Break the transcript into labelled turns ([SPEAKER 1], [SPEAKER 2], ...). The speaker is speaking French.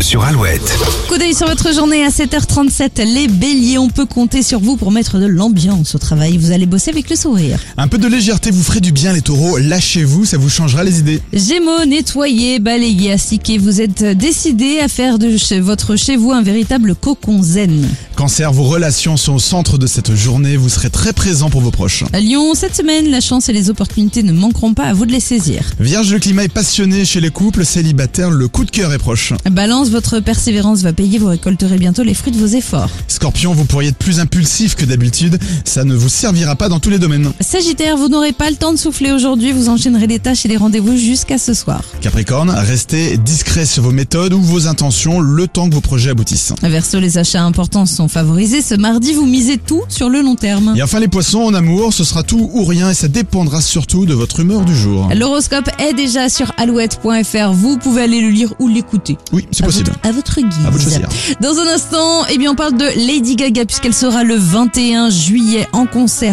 [SPEAKER 1] sur Alouette.
[SPEAKER 2] Coup d'œil sur votre journée à 7h37. Les béliers, on peut compter sur vous pour mettre de l'ambiance au travail. Vous allez bosser avec le sourire.
[SPEAKER 3] Un peu de légèreté vous ferait du bien les taureaux, lâchez-vous, ça vous changera les idées.
[SPEAKER 2] Gémeaux, nettoyez, balayez, astiquez. Vous êtes décidé à faire de chez- votre chez vous un véritable cocon zen.
[SPEAKER 3] Cancer, vos relations sont au centre de cette journée, vous serez très présent pour vos proches.
[SPEAKER 2] Lyon, cette semaine, la chance et les opportunités ne manqueront pas à vous de les saisir.
[SPEAKER 3] Vierge, le climat est passionné chez les couples célibataires, le coup de cœur est proche.
[SPEAKER 2] Balance, votre persévérance va payer, vous récolterez bientôt les fruits de vos efforts.
[SPEAKER 3] Scorpion, vous pourriez être plus impulsif que d'habitude, ça ne vous servira pas dans tous les domaines.
[SPEAKER 2] Sagittaire, vous n'aurez pas le temps de souffler aujourd'hui, vous enchaînerez les tâches et les rendez-vous jusqu'à ce soir.
[SPEAKER 3] Capricorne, restez discret sur vos méthodes ou vos intentions le temps que vos projets aboutissent.
[SPEAKER 2] Verso, les achats importants sont favorisés. Ce mardi, vous misez tout sur le long terme.
[SPEAKER 3] Et enfin les poissons, en amour, ce sera tout ou rien et ça dépendra surtout de votre humeur du jour.
[SPEAKER 2] L'horoscope est déjà sur alouette.fr. Vous pouvez aller le lire ou l'écouter.
[SPEAKER 3] Oui, c'est
[SPEAKER 2] À
[SPEAKER 3] possible.
[SPEAKER 2] votre- À votre guise.
[SPEAKER 3] À vous de choisir.
[SPEAKER 2] Dans un instant, eh bien, on parle de Lady Gaga puisqu'elle sera le 21 juillet en concert.